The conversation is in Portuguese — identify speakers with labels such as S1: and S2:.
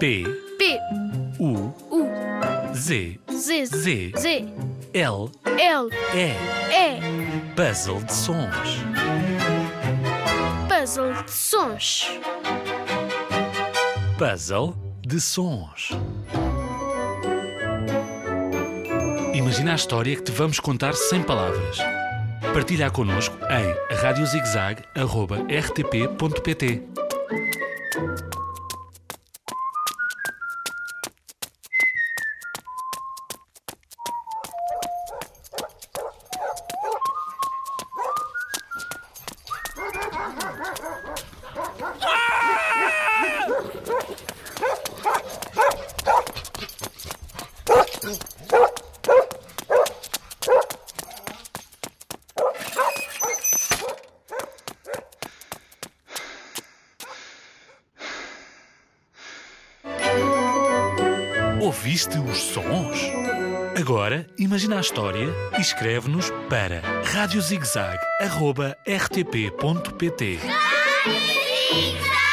S1: T
S2: P,
S1: U
S2: U,
S1: Z
S2: Z,
S1: Z.
S2: Z,
S1: L
S2: L,
S1: E
S2: E,
S1: Puzzle de sons.
S2: puzzle de sons.
S1: Puzzle de sons. Imagina a história que te vamos contar sem palavras. Partilha connosco em radiozigzag.rtp.pt Ouviste os sons? Agora, imagina a história e escreve-nos para radiozigzag.rtp.pt
S3: Zigzag!